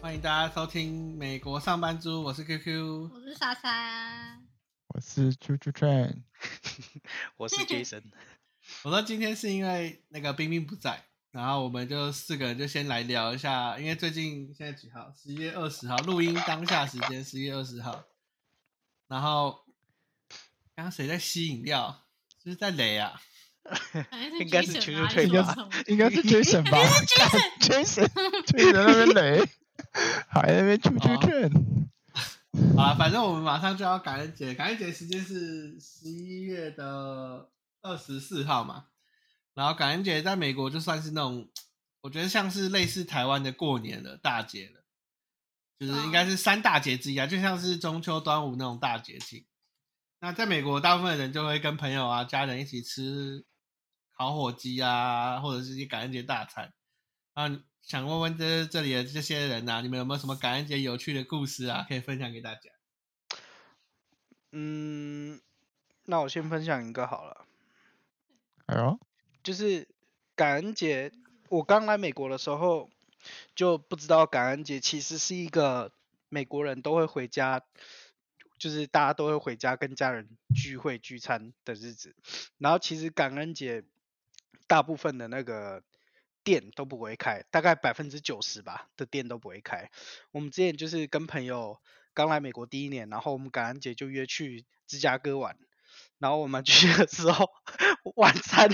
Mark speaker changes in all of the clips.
Speaker 1: 大家收听《美国上班族》，我是 QQ。
Speaker 2: 我是莎啊莎，
Speaker 3: 我是啾啾站，
Speaker 4: 我是 Jason，
Speaker 1: 我说今天是因为那个冰冰不在，然后我们就四个人就先来聊一下，因为最近现在几号？十一月二十号，录音当下时间十一月二十号。然后刚刚谁在吸饮料？是不是在雷啊？
Speaker 2: 应
Speaker 4: 应该是球球退
Speaker 3: 吧应该是 Jason 吧？Jason，Jason 在那边 垒，还在那边啾啾站，
Speaker 1: 啊，反正我们马上就要感恩节，感恩节时间是十一月的二十四号嘛。然后感恩节在美国就算是那种，我觉得像是类似台湾的过年了，大节了，就是应该是三大节之一啊，就像是中秋、端午那种大节庆。那在美国，大部分人就会跟朋友啊、家人一起吃烤火鸡啊，或者是一感恩节大餐。啊，想问问这这里的这些人呐、啊，你们有没有什么感恩节有趣的故事啊，可以分享给大家？
Speaker 4: 嗯，那我先分享一个好了，
Speaker 3: 哎呦，
Speaker 4: 就是感恩节。我刚来美国的时候就不知道感恩节其实是一个美国人都会回家，就是大家都会回家跟家人聚会聚餐的日子。然后其实感恩节大部分的那个店都不会开，大概百分之九十吧的店都不会开。我们之前就是跟朋友刚来美国第一年，然后我们感恩节就约去芝加哥玩，然后我们去的时候 晚餐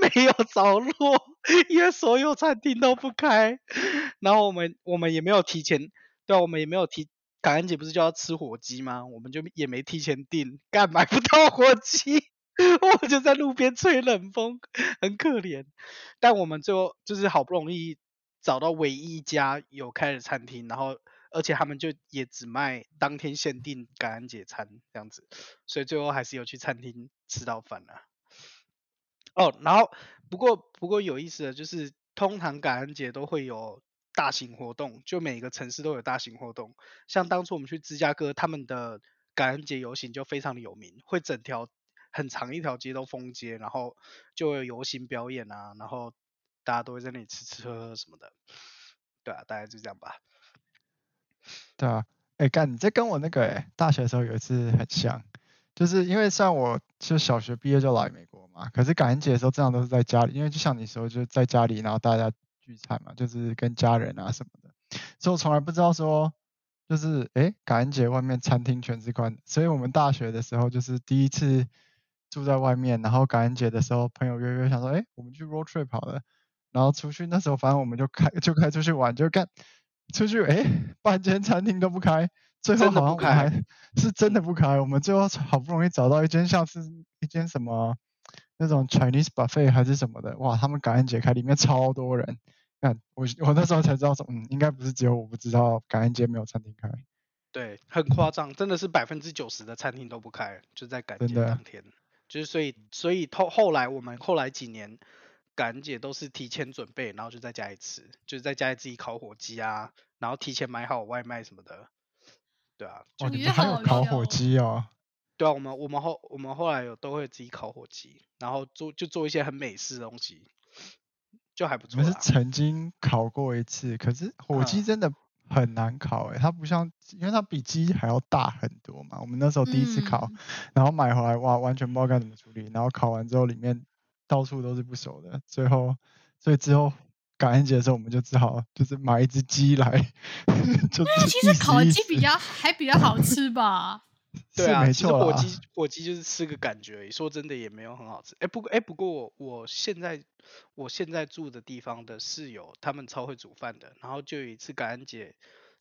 Speaker 4: 没有着落，因为所有餐厅都不开，然后我们我们也没有提前，对啊，我们也没有提。感恩节不是就要吃火鸡吗？我们就也没提前订，干买不到火鸡，我们就在路边吹冷风，很可怜。但我们最后就是好不容易找到唯一一家有开的餐厅，然后而且他们就也只卖当天限定感恩节餐这样子，所以最后还是有去餐厅吃到饭啊了、哦，然后不过不过有意思的就是，通常感恩节都会有大型活动，就每个城市都有大型活动。像当初我们去芝加哥，他们的感恩节游行就非常的有名，会整条很长一条街都封街，然后就会有游行表演啊，然后大家都会在那里吃吃喝喝什么的。对啊，大概就这样吧。
Speaker 3: 对啊，哎干，你这跟我那个哎大学的时候有一次很像，就是因为像我就小学毕业就来美国嘛，可是感恩节的时候正常都是在家里，因为就像你说就是在家里，然后大家聚餐嘛，就是跟家人啊什么的，所以我从来不知道说。就是哎，感恩节外面餐厅全是关的，所以我们大学的时候就是第一次住在外面，然后感恩节的时候朋友约约想说，哎，我们去 road trip 好了，然后出去那时候反正我们就开就开出去玩，就干出去哎，半间餐厅都不开，最后
Speaker 4: 真的
Speaker 3: 好像
Speaker 4: 不
Speaker 3: 我们还 是真的不开，我们最后好不容易找到一间像是一间什么那种 Chinese buffet 还是什么的，哇，他们感恩节开，里面超多人。看我我那时候才知道说，嗯，应该不是只有我不知道感恩节没有餐厅开。
Speaker 4: 对，很夸张，真的是百分之九十的餐厅都不开，就在感恩
Speaker 3: 真
Speaker 4: 节
Speaker 3: 的啊
Speaker 4: 当天。就是所以，所以后后来我们后来几年感恩节都是提前准备，然后就在家里吃，就是在家里自己烤火鸡啊，然后提前买好外卖什么的。对啊，
Speaker 2: 就
Speaker 3: 哇，你
Speaker 2: 约
Speaker 3: 们还
Speaker 2: 好
Speaker 3: 有
Speaker 2: 了
Speaker 3: 烤
Speaker 2: 就
Speaker 3: 火鸡哦？
Speaker 4: 对啊，我们我们后我们后来有都会自己烤火鸡，然后做就做一些很美式的东西，就还不
Speaker 3: 我
Speaker 4: 错
Speaker 3: 们是
Speaker 4: 啦。
Speaker 3: 曾经烤过一次，可是火鸡
Speaker 4: 啊嗯
Speaker 3: 真的很难烤诶、它不像，因为它比鸡还要大很多 嘛。我们那时候第一
Speaker 2: 嗯
Speaker 3: 次烤，然后买回来哇，完全不知道该怎么处理，然后烤完之后里面到处都是不熟的，最后所以之后。感恩节的时候，我们就只好就是买一只鸡来， 就
Speaker 2: 啊其
Speaker 3: 意
Speaker 2: 实
Speaker 3: 思
Speaker 2: 烤
Speaker 3: 意
Speaker 2: 鸡比
Speaker 3: 思
Speaker 2: 较还比较好吃 吧？
Speaker 4: 对
Speaker 3: 是
Speaker 4: 啊，
Speaker 3: 没
Speaker 4: 其实
Speaker 3: 错
Speaker 4: 火
Speaker 3: 啦
Speaker 4: 鸡火鸡就是吃个感觉而已，说真的也没有很好吃。哎、不过哎、不过我我现在我现在住的地方的室友他们超会煮饭的，然后就有一次感恩节，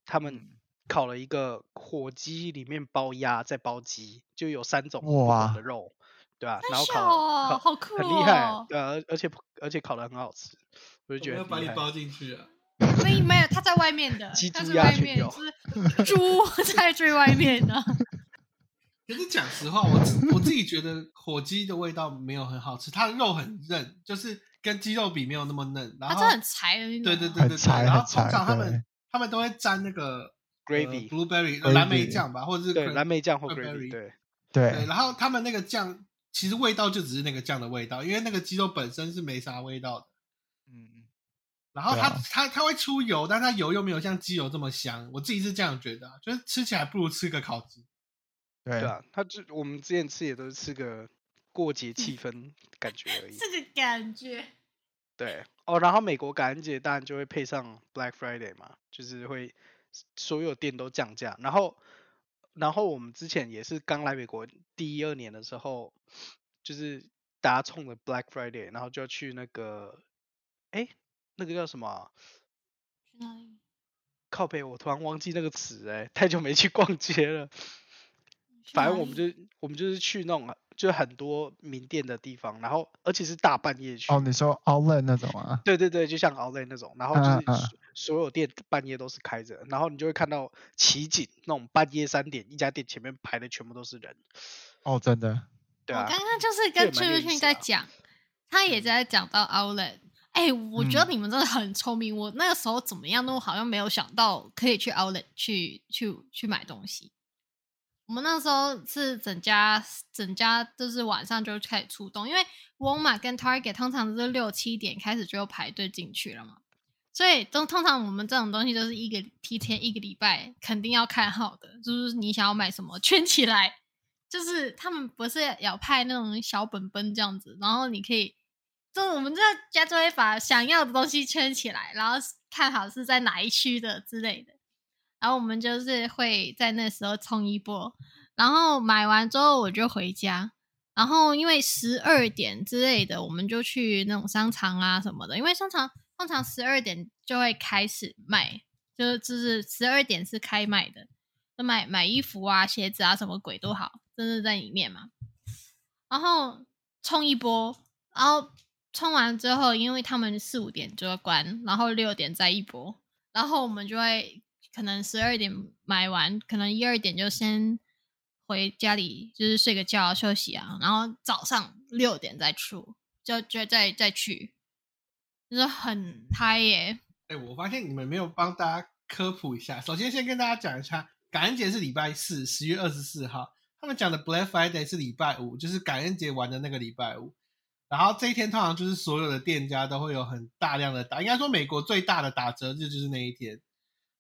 Speaker 4: 他们烤了一个火鸡，里面包鸭再包鸡，就有三种不同
Speaker 3: 哇
Speaker 4: 的肉，对吧、啊？
Speaker 2: 真
Speaker 4: 然后
Speaker 2: 小
Speaker 4: 烤、
Speaker 2: 哦，
Speaker 4: 烤
Speaker 2: 好酷
Speaker 4: 很厉害
Speaker 2: 哦，！
Speaker 4: 对、啊，而且而且烤的很好吃，我就觉
Speaker 1: 我
Speaker 4: 得
Speaker 1: 要把
Speaker 4: 很厉
Speaker 1: 你
Speaker 4: 害。
Speaker 1: 包进去 啊！
Speaker 2: 没没有，他在外面的
Speaker 4: 鸡，
Speaker 2: 他
Speaker 4: 猪
Speaker 2: 是
Speaker 4: 鸭
Speaker 2: 外
Speaker 4: 全
Speaker 2: 面，
Speaker 4: 有
Speaker 2: 就是 猪在最外面的。
Speaker 1: 可是讲实话，我自我自己觉得火鸡的味道没有很好吃，它的肉很韧，就是跟鸡肉比没有那么嫩。然
Speaker 2: 它
Speaker 1: 后
Speaker 2: 真的很柴的那种。
Speaker 1: 对对对对
Speaker 3: 很
Speaker 1: 对，
Speaker 3: 柴
Speaker 1: 然后
Speaker 3: 很
Speaker 1: 通
Speaker 3: 柴
Speaker 1: 常他
Speaker 3: 对
Speaker 1: 们他们都会沾那个呃
Speaker 4: Gravy
Speaker 1: blueberry 呃
Speaker 3: Gravy
Speaker 1: 蓝莓酱吧，或者是
Speaker 4: 对，
Speaker 1: cream-
Speaker 4: 蓝莓酱或
Speaker 1: cranberry
Speaker 4: gravy，对，
Speaker 3: 对
Speaker 1: 对，然后他们那个酱其实味道就只是那个酱的味道，因为那个鸡肉本身是没啥味道的。
Speaker 3: 嗯，
Speaker 1: 然后
Speaker 3: 对
Speaker 1: 它
Speaker 3: 啊
Speaker 1: 它它会出油，但它油又没有像鸡油这么香，我自己是这样觉得啊，就是吃起来不如吃个烤鸡。
Speaker 3: 对
Speaker 4: 对啊，他就我们之前吃也都是吃个过
Speaker 2: 嗯
Speaker 4: 节气氛感觉而已。
Speaker 2: 这个感觉
Speaker 4: 对哦，然后美国感恩节当然就会配上 Black Friday 嘛，就是会所有店都降价。然后，然后我们之前也是刚来美国第一二年的时候，就是大家冲着 Black Friday，然后就去那个，哎，那个叫什么啊？
Speaker 2: 去哪里？
Speaker 4: 靠北，我突然忘记那个词哎、太久没去逛街了。
Speaker 2: 去
Speaker 4: 反
Speaker 2: 哪
Speaker 4: 正我们
Speaker 2: 里
Speaker 4: 就我们就是去那种就是很多名店的地方，然后而且是大半夜去。
Speaker 3: 哦，你说 outlet 那种啊？
Speaker 4: 对对对，就像 Outlet 那种，然后就
Speaker 3: 嗯
Speaker 4: 是
Speaker 3: 嗯
Speaker 4: 所所有店半夜都是开着，然后你就会看到奇景，那种半夜三点一家店前面排的全部都是人，
Speaker 3: 哦，真的，
Speaker 4: 对
Speaker 2: 我
Speaker 4: 啊，
Speaker 2: 刚刚就是
Speaker 4: 这也
Speaker 2: 跟
Speaker 4: 蛮
Speaker 2: 崔
Speaker 4: 有
Speaker 2: 瑞
Speaker 4: 意
Speaker 2: 训
Speaker 4: 思
Speaker 2: 在
Speaker 4: 啊嗯
Speaker 2: 讲，他也在讲到 Outlet。哎、我觉得你们真的很聪明。我那个时候怎么样都好像没有想到可以去 Outlet 去去去买东西。我们那时候是整家整家就是晚上就开始出动，因为沃尔玛跟 Target 通常都是六七点开始就排队进去了嘛，所以通通常我们这种东西都是一个提前一个礼拜肯定要看好的，就是你想要买什么圈起来，就是他们不是要派那种小本本这样子，然后你可以，就是我们这家就会把想要的东西圈起来，然后看好是在哪一区的之类的，然后我们就是会在那时候冲一波，然后买完之后我就回家。然后因为十二点之类的，我们就去那种商场啊什么的，因为商场通常十二点就会开始卖，就是就是十二点是开卖的，就买买衣服啊、鞋子啊，什么鬼都好，真的在里面嘛。然后冲一波，然后冲完之后，因为他们四五点就要关，然后六点再一波，然后我们就会可能十二点买完，可能一二点就先回家里，就是睡个觉休息啊，然后早上六点再出，就就再再去，就是很嗨耶、
Speaker 1: 哎、我发现你们没有帮大家科普一下。首先，先跟大家讲一下，感恩节是礼拜四，十月二十四号。他们讲的 Black Friday 是礼拜五，就是感恩节玩的那个礼拜五。然后这一天通常就是所有的店家都会有很大量的打，应该说美国最大的打折日就是那一天。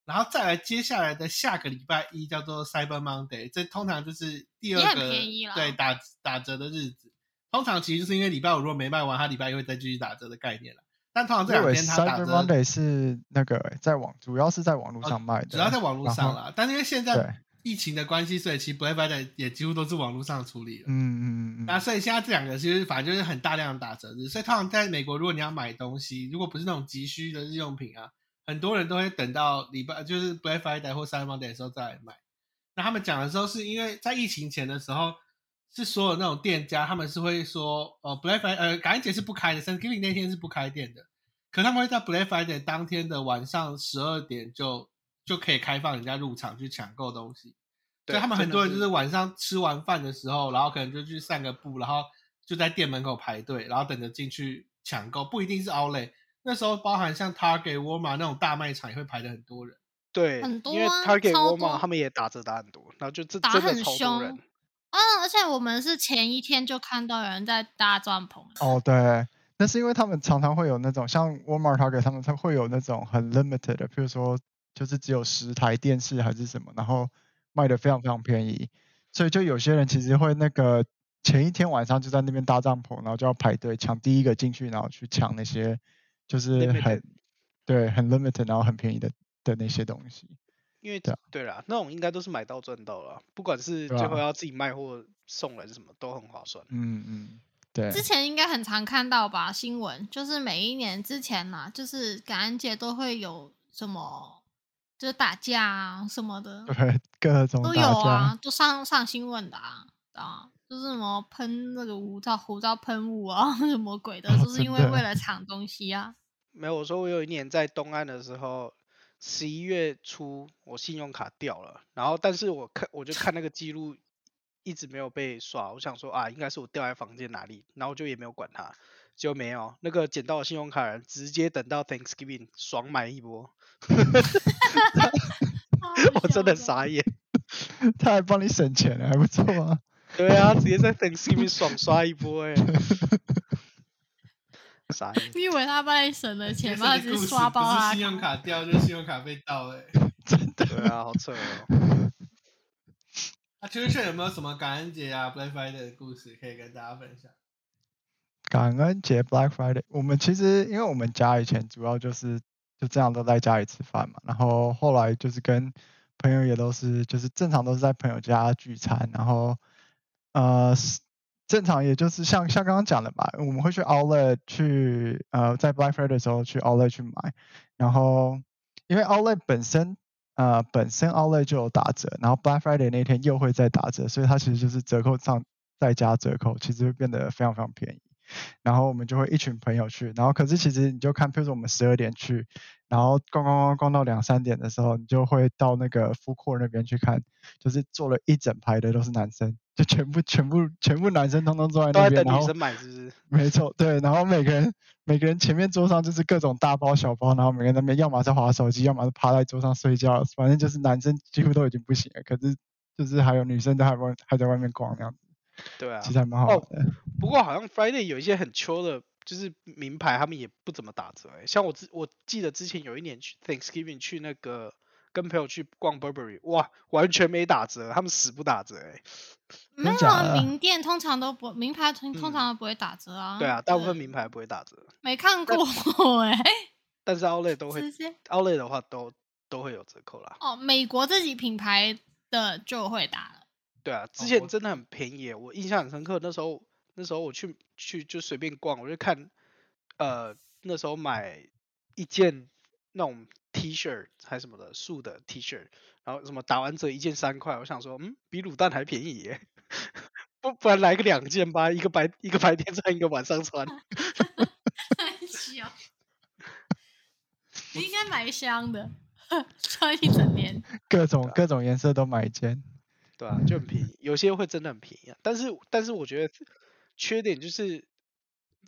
Speaker 1: 然后再来，接下来的下个礼拜一叫做 Cyber Monday，这通常就是第
Speaker 2: 也
Speaker 1: 二
Speaker 2: 很
Speaker 1: 个
Speaker 2: 便宜啦
Speaker 1: 对打打折的日子。通常其实就是因为礼拜五如果没卖完，它礼拜一会再继续打折的概念了。但通常
Speaker 3: 我
Speaker 1: 这
Speaker 3: 以
Speaker 1: 两
Speaker 3: 为
Speaker 1: 天它打
Speaker 3: Cyber
Speaker 1: 折
Speaker 3: Monday 是那个欸在网，主要是在网络上卖的，
Speaker 1: 主要在网络上
Speaker 3: 然后。
Speaker 1: 啦。但是因为现
Speaker 3: 对
Speaker 1: 在，疫情的关系，所以其实 Black Friday 也几乎都是网络上处理了。
Speaker 3: 嗯嗯嗯
Speaker 1: 那
Speaker 3: 嗯，
Speaker 1: 所以现在这两个其实反正就是很大量的打折日，所以通常在美国，如果你要买东西，如果不是那种急需的日用品啊，很多人都会等到礼拜就是 Black Friday 或 Cyber Monday 的时候再来买。那他们讲的时候，是因为在疫情前的时候，是所有那种店家他们是会说，呃，Black Friday 呃感恩节是不开的，Thanksgiving 那天是不开店的，可他们会在 Black Friday 当天的晚上十二点就就可以开放人家入场去抢购东西。所
Speaker 4: 对啊
Speaker 1: 以他们
Speaker 4: 真
Speaker 1: 很
Speaker 4: 的
Speaker 1: 多人就是
Speaker 4: 是
Speaker 1: 晚上吃完饭的时候，然后可能就去散个步，然后就在店门口排队，然后等着进去抢购，不一定是 Outlet。那时候包含像 Target、沃尔玛那种大卖场也会排的很多人。
Speaker 4: 对，
Speaker 2: 很多
Speaker 4: 因为
Speaker 2: 啊
Speaker 4: 他给
Speaker 2: 超
Speaker 4: 我嘛，
Speaker 2: 多
Speaker 4: 他们也打折打很多，然后就这
Speaker 2: 打
Speaker 4: 真的
Speaker 2: 很
Speaker 4: 超
Speaker 2: 凶
Speaker 4: 多人，
Speaker 2: 嗯，而且我们是前一天就看到有人在搭帐篷，啊
Speaker 3: 哦对，那是因为他们常常会有那种像 Walmart、Target 他们，他会有那种很 limited 的，譬如说就是只有十台电视还是什么，然后卖的非常非常便宜，所以就有些人其实会那个前一天晚上就在那边搭帐篷，然后就要排队抢第一个进去，然后去抢那些就是很
Speaker 4: Limited
Speaker 3: 对很 limited 然后很便宜的的那些东西。
Speaker 4: 因为
Speaker 3: 对啊
Speaker 4: 对啦，那种应该都是买到赚到了，不管是
Speaker 3: 对
Speaker 4: 最后
Speaker 3: 啊
Speaker 4: 要自己卖或送人什么，都很划算。
Speaker 3: 嗯嗯，对，
Speaker 2: 之前应该很常看到吧？新闻就是每一年之前啦，就是感恩节都会有什么，就是打架啊什么的，
Speaker 3: 对各种
Speaker 2: 都有
Speaker 3: 打架。
Speaker 2: 啊，都上上新闻的啊，啊，就是什么喷那个胡照胡照喷雾啊， 什么鬼的，
Speaker 3: 哦
Speaker 2: 就是因为
Speaker 3: 真的
Speaker 2: 为了抢东西 啊，
Speaker 4: 没有，我说我有一年在东岸的时候，十一月初我信用卡掉了，然后但是我看我就看那个记录，一直没有被刷，我想说啊，应该是我掉在房间哪里，然后我就也没有管它，结果没有，那个捡到我信用卡的人直接等到 Thanksgiving 爽买 一波，我真的傻眼。
Speaker 3: 他还帮你省钱了，还不错啊。
Speaker 4: 对啊，直接在 Thanksgiving 爽刷一波哎、欸傻眼。
Speaker 2: 你以为他帮你省了钱吗？他
Speaker 1: 这
Speaker 2: 只
Speaker 1: 故事
Speaker 2: 刷爆啊
Speaker 1: 不
Speaker 2: 他
Speaker 1: 是信用卡掉，就是信用卡被盗了欸。
Speaker 3: 真的。
Speaker 4: 对啊，好扯哦。
Speaker 1: 那秋炫有没有什么感恩节啊、Black Friday 的故事可以跟大家分享？
Speaker 3: 感恩节 Black Friday，我们其实因为我们家以前主要就是就这样都在家里吃饭嘛，然后后来就是跟朋友也都是就是正常都是在朋友家聚餐，然后呃是正常也就是像像刚刚讲的吧，我们会去 Outlet 去呃在 Black Friday 的时候去 Outlet 去买，然后因为 Outlet 本身呃本身 Outlet 就有打折，然后 Black Friday 那天又会再打折，所以它其实就是折扣上再加折扣，其实会变得非常非常便宜。然后我们就会一群朋友去，然后可是其实你就看，譬如说我们十二点去，然后逛逛逛逛到两三点的时候，你就会到那个 food court 那边去看，就是坐了一整排的都是男生，就全部全部全部男生通通 坐在
Speaker 4: 都
Speaker 3: 那
Speaker 4: 在
Speaker 3: 边，然
Speaker 4: 等女
Speaker 3: 后
Speaker 4: 生买，是不是？
Speaker 3: 没错，对，然后每个人每个人前面桌上就是各种大包小包，然后每个人在那边要么在划手机，要么是趴在桌上睡觉，反正就是男生几乎都已经不行了，可是就是还有女生在还外还在外面逛那样子，
Speaker 4: 对啊
Speaker 3: 其。实还蛮好玩
Speaker 4: 哦
Speaker 3: 的。
Speaker 4: 不过好像 Friday 有一些很秋的，就是名牌他们也不怎么打折、欸。像我之我记得之前有一年去 Thanksgiving 去那个跟朋友去逛 Burberry，哇，完全没打折，他们死不打折、欸。
Speaker 2: 没有
Speaker 3: 真假
Speaker 2: 啊
Speaker 3: 的
Speaker 2: 名店通常都不名牌通
Speaker 1: 嗯
Speaker 2: 通常都不会打折啊。
Speaker 4: 对啊，大部分名牌不会打折，
Speaker 2: 没看过 哎、
Speaker 4: 但是 Outlet 都
Speaker 2: 直
Speaker 4: 会
Speaker 2: 接
Speaker 4: ，Outlet 的话都都会有折扣啦。
Speaker 2: 哦，美国自己品牌的就会打 了。
Speaker 4: 对啊，之
Speaker 1: 哦
Speaker 4: 前
Speaker 1: 我
Speaker 4: 真的很便宜耶，我印象很深刻。那时候那时候我去去就随便逛，我就看，呃，那时候买一件那种 T 恤还什么的素的 T 恤，然后什么打完折一件三块，我想说，嗯，比卤蛋还便宜耶。 不，不然来个两件吧，一个白一个白天穿，一个晚上穿。哎
Speaker 2: 太小，你应该买香的， 穿一整年。
Speaker 3: 各
Speaker 4: 啊
Speaker 3: 种各种颜色都买一件。
Speaker 4: 对啊，就很便宜，有些会真的很便宜啊。但是，但是我觉得缺点就是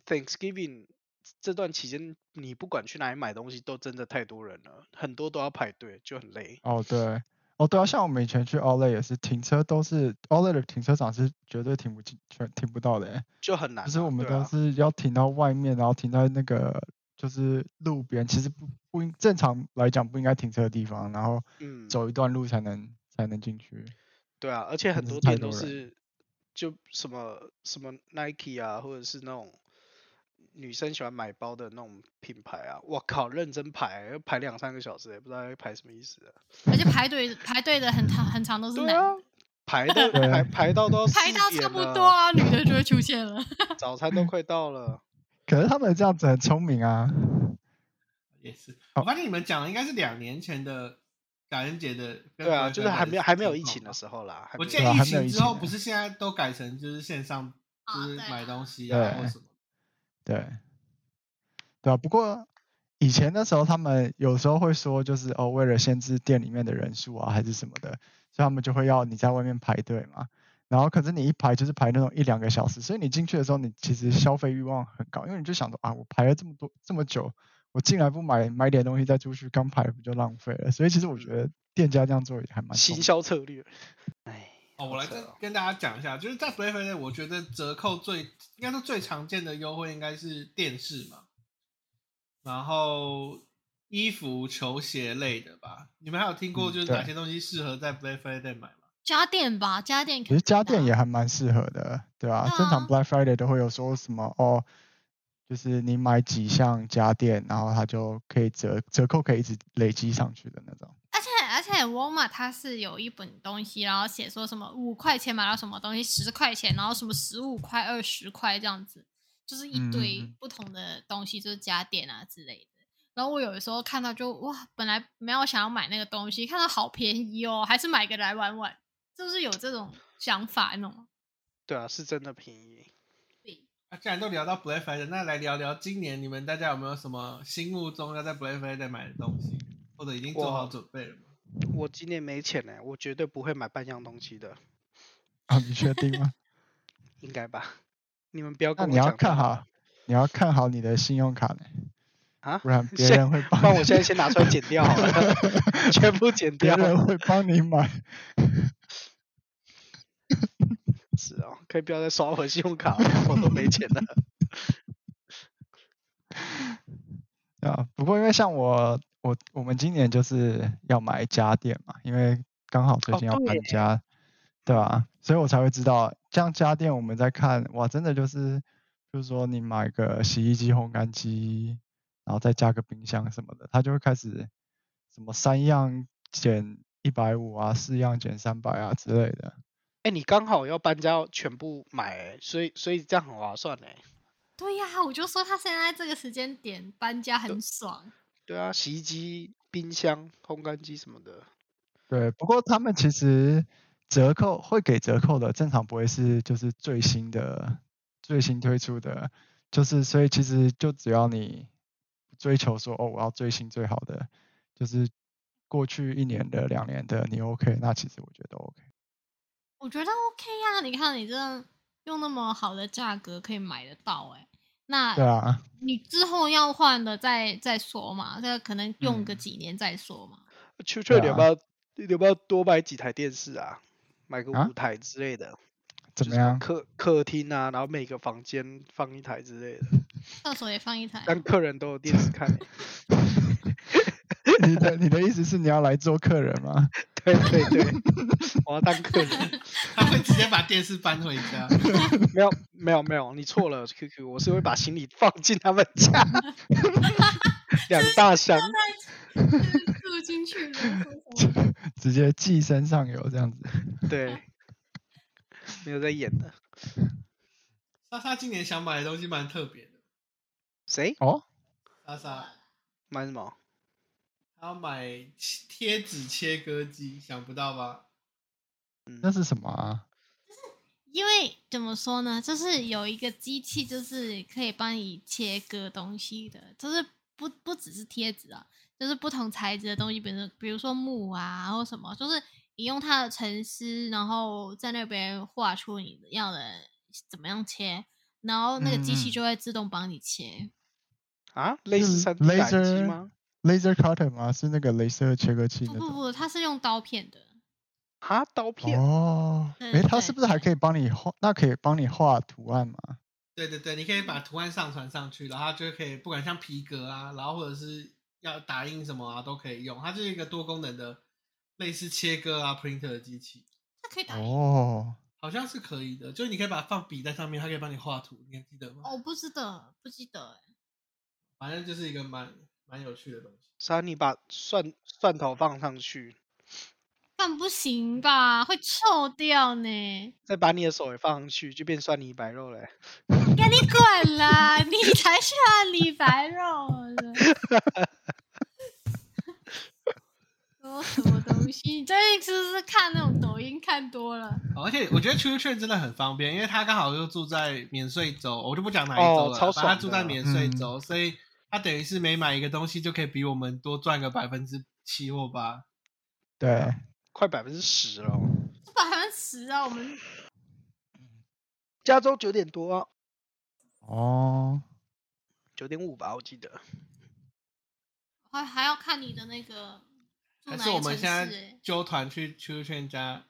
Speaker 4: Thanksgiving 这段期间，你不管去哪里买东西，都真的太多人了，很多都要排队，就很累。
Speaker 3: 哦，对，哦对啊，像我们以前去 Outlet 也是，停车都是 Outlet 的停车场是绝对停不进、全停不到的欸，
Speaker 4: 就很难啊、
Speaker 3: 就是我们
Speaker 4: 对
Speaker 3: 都
Speaker 4: 啊，
Speaker 3: 是要停到外面，然后停在那个就是路边，其实不不应正常来讲不应该停车的地方，然后
Speaker 4: 嗯，
Speaker 3: 走一段路才能才能进去。
Speaker 4: 对啊，而且很
Speaker 3: 真的
Speaker 4: 多
Speaker 3: 是太
Speaker 4: 店都
Speaker 3: 多人
Speaker 4: 是就什么什么 Nike 啊，或者是那种女生喜欢买包的那种品牌啊，我靠，认真排，要排两三个小时，也不知道要排什么意思啊、
Speaker 2: 而且排队排队的很长很长都是
Speaker 4: 对
Speaker 2: 男
Speaker 4: 啊
Speaker 2: 的，，
Speaker 4: 排 的
Speaker 3: 啊
Speaker 4: 排排到都要
Speaker 2: 排到
Speaker 4: 4
Speaker 2: 差不
Speaker 4: 点了
Speaker 2: 多啊，女的就会出现了。
Speaker 4: 早餐都快到了，
Speaker 3: 可是他们这样子很聪明啊，
Speaker 1: 也是，
Speaker 3: 好
Speaker 1: 我发现你们讲的应该是两年前的感恩节的，
Speaker 4: 对啊，就是还没有还没有疫情的
Speaker 1: 候。
Speaker 4: 时候啦。还
Speaker 1: 我
Speaker 4: 没
Speaker 1: 记
Speaker 4: 有
Speaker 1: 得
Speaker 3: 对啊
Speaker 1: 疫
Speaker 3: 还没有
Speaker 1: 情
Speaker 3: 疫
Speaker 1: 之
Speaker 3: 情
Speaker 1: 后，
Speaker 3: 啊
Speaker 1: 不是现在都改成就是线 上，就
Speaker 2: 啊
Speaker 1: 是
Speaker 2: 对
Speaker 1: 买
Speaker 2: 啊
Speaker 1: 东西啊
Speaker 3: 对
Speaker 1: 或什么。
Speaker 3: 对，对啊。不过以前那时候他们有时候会说，就是哦，为了限制店里面的人数啊，还是什么的，所以他们就会要你在外面排队嘛。然后可是你一排就是排那种一两个小时，所以你进去的时候，你其实消费欲望很高，因为你就想说啊，我排了这么多这么久，我进来不买买点东西再出去，刚排不就浪费了？所以其实我觉得店家这样做也还蛮聪
Speaker 4: 行
Speaker 3: 明
Speaker 4: 销策略，哎，
Speaker 1: 哦，我
Speaker 4: 好
Speaker 1: 来
Speaker 4: 扯
Speaker 1: 跟
Speaker 3: 啊
Speaker 4: 哦
Speaker 1: 跟大家讲一下，就是在 Black Friday，我觉得折扣最应该说最常见的优惠应该是电视嘛，然后衣服、球鞋类的吧。你们还有听过
Speaker 3: 嗯
Speaker 1: 就是
Speaker 3: 对
Speaker 1: 哪些东西适合在 Black Friday 买吗？
Speaker 2: 家电吧，家电
Speaker 3: 其
Speaker 2: 可
Speaker 3: 实
Speaker 2: 以
Speaker 3: 家电也
Speaker 2: 打
Speaker 3: 还蛮适合的，对吧、
Speaker 2: 对
Speaker 3: 正
Speaker 2: 啊
Speaker 3: 常 Black Friday 都会有说什么哦，就是你买几项家电，然后它就可以折折扣，可以一直累积上去的那种。
Speaker 2: 而且而且沃尔玛它是有一本东西，然后写说什么五块钱买到什么东西，十块钱，然后什么十五块、二十块这样子，就是一
Speaker 3: 嗯
Speaker 2: 堆
Speaker 3: 嗯
Speaker 2: 不同的东西，就是家电啊之类的。然后我有的时候看到就哇，本来没有想要买那个东西，看到好便宜哦，还是买个来玩玩，就是有这种想法，你懂吗？
Speaker 4: 对啊，是真的便宜。
Speaker 1: 啊，既然都聊到 Black Friday，那来聊聊今年你们大家有没有什么心目中要在 Black Friday 买的东西，或者已经做好
Speaker 4: 我
Speaker 1: 准备了吗？
Speaker 4: 我今年没钱呢、我绝对不会买半样东西的，
Speaker 3: 啊，你确定 吗？
Speaker 4: 应该吧？你们不要
Speaker 3: 那
Speaker 4: 跟我
Speaker 3: 你要
Speaker 4: 讲
Speaker 3: 看
Speaker 4: 这个
Speaker 3: 好，你要看好你的信用卡呢，
Speaker 4: 啊
Speaker 3: 不，然别
Speaker 4: 现
Speaker 3: 人会帮
Speaker 4: 不然
Speaker 3: 你
Speaker 4: 我现在先拿出来剪掉好了， 全部剪
Speaker 3: 别
Speaker 4: 掉。
Speaker 3: 人会帮你买。
Speaker 4: 是哦，可以不要再刷我信用卡了，我都没钱了。
Speaker 3: 对啊，不过因为像我我我们今年就是要买家电嘛，因为刚好最
Speaker 4: 哦
Speaker 3: 近要
Speaker 4: 对
Speaker 3: 搬
Speaker 4: 耶
Speaker 3: 家，对啊，所以我才会知道，像家电我们在看，哇，真的就是，就是说你买个洗衣机、烘干机，然后再加个冰箱什么的，它就会开始什么三样减一百五啊，四样减三百啊之类的。
Speaker 4: 哎、你刚好要搬家，全部买、所以所以这样很划算哎、
Speaker 2: 对呀、我就说他现在这个时间点搬家很爽。
Speaker 4: 对啊，洗衣机、冰箱、烘干机什么的。
Speaker 3: 对，不过他们其实折扣会给折扣的，正常不会是就是最新的最新推出的，就是所以其实就只要你追求说哦我要最新最好的，就是过去一年的两年的你 OK，那其实我觉得 OK。
Speaker 2: 我觉得 OK 呀、你看你这用那么好的价格可以买得到、欸，哎，那
Speaker 3: 对啊，
Speaker 2: 你之后要换的再再说嘛，这个可能用个
Speaker 3: 嗯
Speaker 2: 几年再说嘛。
Speaker 4: 秋秋，你要
Speaker 3: 啊
Speaker 4: 不要你要不要多买几台电视啊？买个
Speaker 3: 啊
Speaker 4: 五台之类的，
Speaker 3: 怎
Speaker 4: 就
Speaker 3: 么
Speaker 4: 是
Speaker 3: 样？
Speaker 4: 客客厅啊，然后每个房间放一台之类的，
Speaker 2: 厕所也放一台啊，
Speaker 4: 让客人都有电视看欸。
Speaker 3: 你的你的意思是你要来做客人吗？
Speaker 4: 对对 对，我要当客人。
Speaker 1: 他会直接把电视搬回家。
Speaker 4: 没有没有没有，你错了，Q Q，我是会把行李放进他们 家，两大箱。
Speaker 2: 住进去了。说什么
Speaker 3: 直接寄身上游这样子？
Speaker 4: 对，没有在演的。
Speaker 1: 莎莎今年想买的东西蛮特别的，
Speaker 4: 谁
Speaker 3: 哦，
Speaker 1: 莎莎
Speaker 4: 买什么？
Speaker 1: 她要买贴纸切割机，想不到吧？
Speaker 3: 那是什么啊？
Speaker 2: 因为怎么说呢，就是有一个机器，就是可以帮你切割东西的，就是不不只是贴纸啊，就是不同材质的东西，比如说比如说木啊或什么，就是你用它的沉思，然后在那边画出你要的怎么样切，然后那个机器
Speaker 3: 嗯嗯
Speaker 2: 就会自动帮你切。
Speaker 4: 啊？类似
Speaker 3: 是
Speaker 4: 三 D 打印机
Speaker 3: laser-
Speaker 4: 吗？
Speaker 3: ？Laser cutter 吗？是那个镭射切割器
Speaker 2: 不
Speaker 3: 那
Speaker 2: 不
Speaker 3: 种？
Speaker 2: 不，它是用刀片的。
Speaker 4: 啊，刀片？
Speaker 3: 哦，
Speaker 2: 对
Speaker 3: 诶，它
Speaker 2: 嗯对
Speaker 3: 是不是还可以帮你画？那可以帮你画图案吗？
Speaker 1: 对对对，你可以把图案上传上去，然后它就可以不管像皮革啊，然后或者是要打印什么啊都可以用，它就是一个多功能的类似切割啊 printer 的机器，
Speaker 2: 它可以打印吗，
Speaker 3: 哦，
Speaker 1: 好像是可以的。就是你可以把它放笔在上面，它可以帮你画图，你还记得吗？
Speaker 2: 哦，我不知道，不记得欸。
Speaker 1: 反正就是一个蛮蛮有趣的东西。
Speaker 4: 是啊，你把蒜蒜头放上去，
Speaker 2: 但不行吧，会臭掉呢！
Speaker 4: 再把你的手也放上去，就变蒜泥白肉欸嘞、
Speaker 2: 赶你滚啦，你才是他李白肉 呢！说什么东西？你最近是不是看那种抖音看多了？
Speaker 1: 哦而且我觉得 Q Q 券真的很方便，因为他刚好就住在免税州，我就不讲哪一州
Speaker 4: 哦
Speaker 1: 了，
Speaker 4: 超
Speaker 1: 反正他
Speaker 4: 爽
Speaker 1: 住
Speaker 4: 的
Speaker 1: 在免税
Speaker 3: 嗯
Speaker 1: 州，所以他等于是每买一个东西就可以比我们多赚个百分之七或八。
Speaker 3: 对，
Speaker 4: 啊快百分之十了哦。
Speaker 2: 这百分之十啊，我们
Speaker 4: 加州九点多、啊，
Speaker 3: 哦，
Speaker 4: 九点五吧，我记得。
Speaker 2: 还还要看你的那个住
Speaker 1: 还
Speaker 2: 哪
Speaker 1: 是
Speaker 2: 一
Speaker 1: 我
Speaker 2: 个
Speaker 1: 们
Speaker 2: 城市、
Speaker 1: 现在
Speaker 2: 欸。
Speaker 1: 揪团去 Q Q 券家？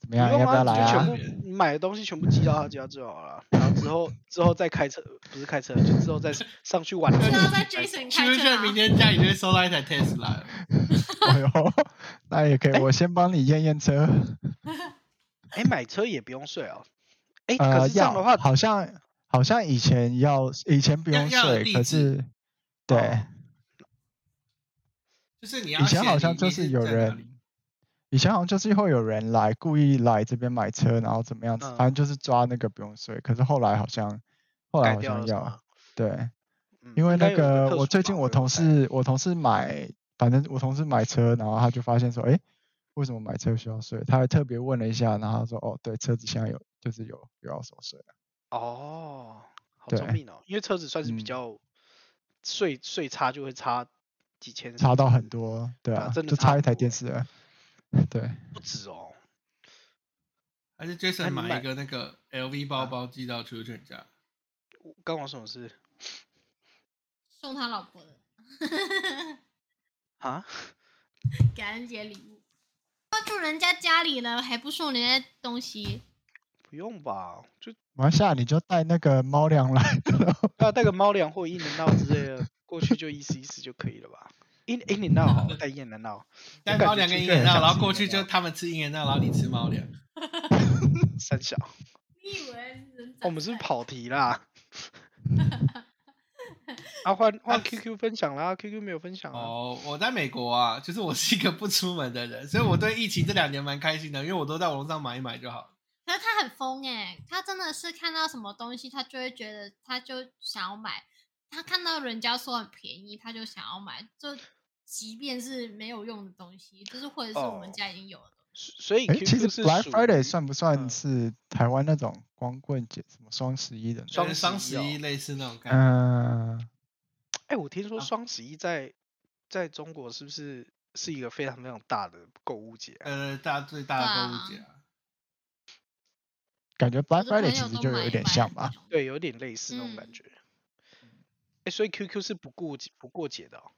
Speaker 3: 怎么样？
Speaker 4: 用
Speaker 3: 要不要
Speaker 4: 啊，
Speaker 3: 来
Speaker 4: 你就全
Speaker 3: 啊？
Speaker 4: 部你买的东西全部寄到他家就好了。然后之后之后再开车，不是开车，就之后再上去玩的时
Speaker 2: 就
Speaker 4: 候
Speaker 2: 要在
Speaker 4: 再开车。
Speaker 2: Jason 开
Speaker 1: Q Q
Speaker 2: 车
Speaker 1: 券
Speaker 2: 啊
Speaker 1: 明天家里就会收到一台 Tesla 了。
Speaker 3: 哎呦，那也可 以，我先帮你验验车。
Speaker 4: 哎、买车也不用税哦。哎、可
Speaker 3: 呃，
Speaker 4: 是这样的话
Speaker 3: 要，好像好像以前要，以前不
Speaker 1: 要
Speaker 3: 用
Speaker 1: 要有
Speaker 3: 税，
Speaker 1: 地
Speaker 3: 可
Speaker 1: 址
Speaker 3: 是对，
Speaker 4: 哦
Speaker 1: 就是你要
Speaker 3: 以前
Speaker 1: 写
Speaker 3: 好
Speaker 1: 你
Speaker 3: 像就
Speaker 1: 你
Speaker 3: 是
Speaker 1: 是
Speaker 3: 有
Speaker 1: 在哪里
Speaker 3: 人，以前好像就是会有人来故意来这边买车，然后怎么样子，
Speaker 4: 嗯
Speaker 3: 反正就是抓那个不用税。可是后来好像，后来
Speaker 4: 改
Speaker 3: 好
Speaker 4: 掉
Speaker 3: 像
Speaker 4: 了是
Speaker 3: 要
Speaker 4: 吗，？
Speaker 3: 对，
Speaker 4: 嗯
Speaker 3: 因为
Speaker 4: 应该
Speaker 3: 那
Speaker 4: 有一个
Speaker 3: 个
Speaker 4: 特
Speaker 3: 我
Speaker 4: 殊
Speaker 3: 最
Speaker 4: 法
Speaker 3: 近
Speaker 4: 规
Speaker 3: 我同
Speaker 4: 我猜
Speaker 3: 事我同事买，反正我同事买车，然后他就发现说，哎，为什么买车需要税？他还特别问了一下，然后他说，哦，对，车子现在有就是有有要收税了。
Speaker 4: 哦，好
Speaker 3: 对
Speaker 4: 聪明哦，因为车子算是
Speaker 3: 嗯
Speaker 4: 比较税税差就会差几千，
Speaker 3: 差到很，多，对
Speaker 4: 对啊
Speaker 3: 啊，
Speaker 4: 真的
Speaker 3: 就
Speaker 4: 差
Speaker 3: 差一
Speaker 4: 很
Speaker 3: 台
Speaker 4: 多
Speaker 3: 电
Speaker 4: 欸
Speaker 3: 视了，对，
Speaker 4: 不止哦。
Speaker 1: 还是
Speaker 4: 那
Speaker 1: Jason
Speaker 4: 你
Speaker 1: 买
Speaker 4: 买
Speaker 1: 一个那个 LV
Speaker 3: 啊
Speaker 1: 包包寄到 Q Q 券家？
Speaker 4: 干我什么事
Speaker 2: 送他老婆的
Speaker 4: 啊？
Speaker 2: 感恩节礼物，要住人家家里了，还不送人家东 西。
Speaker 4: 不用吧，就
Speaker 3: 完下你就带那个猫粮来，然后
Speaker 4: 啊要带个猫粮或一年到之类的过去就意思意思就可以了吧？一一年闹好，带一年闹，
Speaker 1: 带猫粮跟鹰眼
Speaker 3: 我感
Speaker 1: 闹，
Speaker 3: 觉的确很像
Speaker 1: 然后过去
Speaker 4: 是这
Speaker 1: 就
Speaker 4: 样
Speaker 1: 他们吃鹰眼闹，然后你吃猫粮。
Speaker 4: 三小。
Speaker 2: 你以为人
Speaker 4: 哦我们是不是跑题啦。 啊，换换
Speaker 1: 啊
Speaker 4: QQ 分享啦，QQ 没有分享啊。
Speaker 1: 哦，我在美国啊，就是我是一个不出门的人，所以我对疫情这两年蛮开心的，因为我都在网络上买一买就好了。
Speaker 2: 可是他很疯哎、他真的是看到什么东西，他就会觉得他就想要买。他看到人家说很便宜，他就想要买，就即便是没有用的东西，就是或者是我们
Speaker 4: 哦
Speaker 2: 家已经有的东西。
Speaker 4: 所以
Speaker 3: 哎，其
Speaker 4: QQ
Speaker 3: 实
Speaker 4: 是
Speaker 3: Black
Speaker 4: 属
Speaker 3: Friday
Speaker 4: 于
Speaker 3: 算不
Speaker 4: 嗯
Speaker 3: 算是台湾那种光棍节、什么双十一的那
Speaker 1: 就
Speaker 3: 种？
Speaker 4: 双
Speaker 1: 是双十
Speaker 4: 十一
Speaker 1: 一
Speaker 4: 哦
Speaker 1: 类似那种感觉，
Speaker 3: 嗯、
Speaker 4: 哎、我听说
Speaker 1: 啊
Speaker 4: 双十一在在中国是不是是一个非常非常大的购物节啊、
Speaker 1: 呃，大最大的购物节啊。
Speaker 3: 感觉
Speaker 2: 我
Speaker 3: Black
Speaker 2: 的朋友
Speaker 3: Friday 其实
Speaker 2: 都
Speaker 3: 就
Speaker 2: 买
Speaker 3: 有点
Speaker 2: 买
Speaker 3: 像
Speaker 2: 很
Speaker 3: 吧
Speaker 2: 多。种
Speaker 4: 对，有点类似那种
Speaker 2: 嗯
Speaker 4: 感觉。哎、所以 QQ 是不顾节不过节的、哦，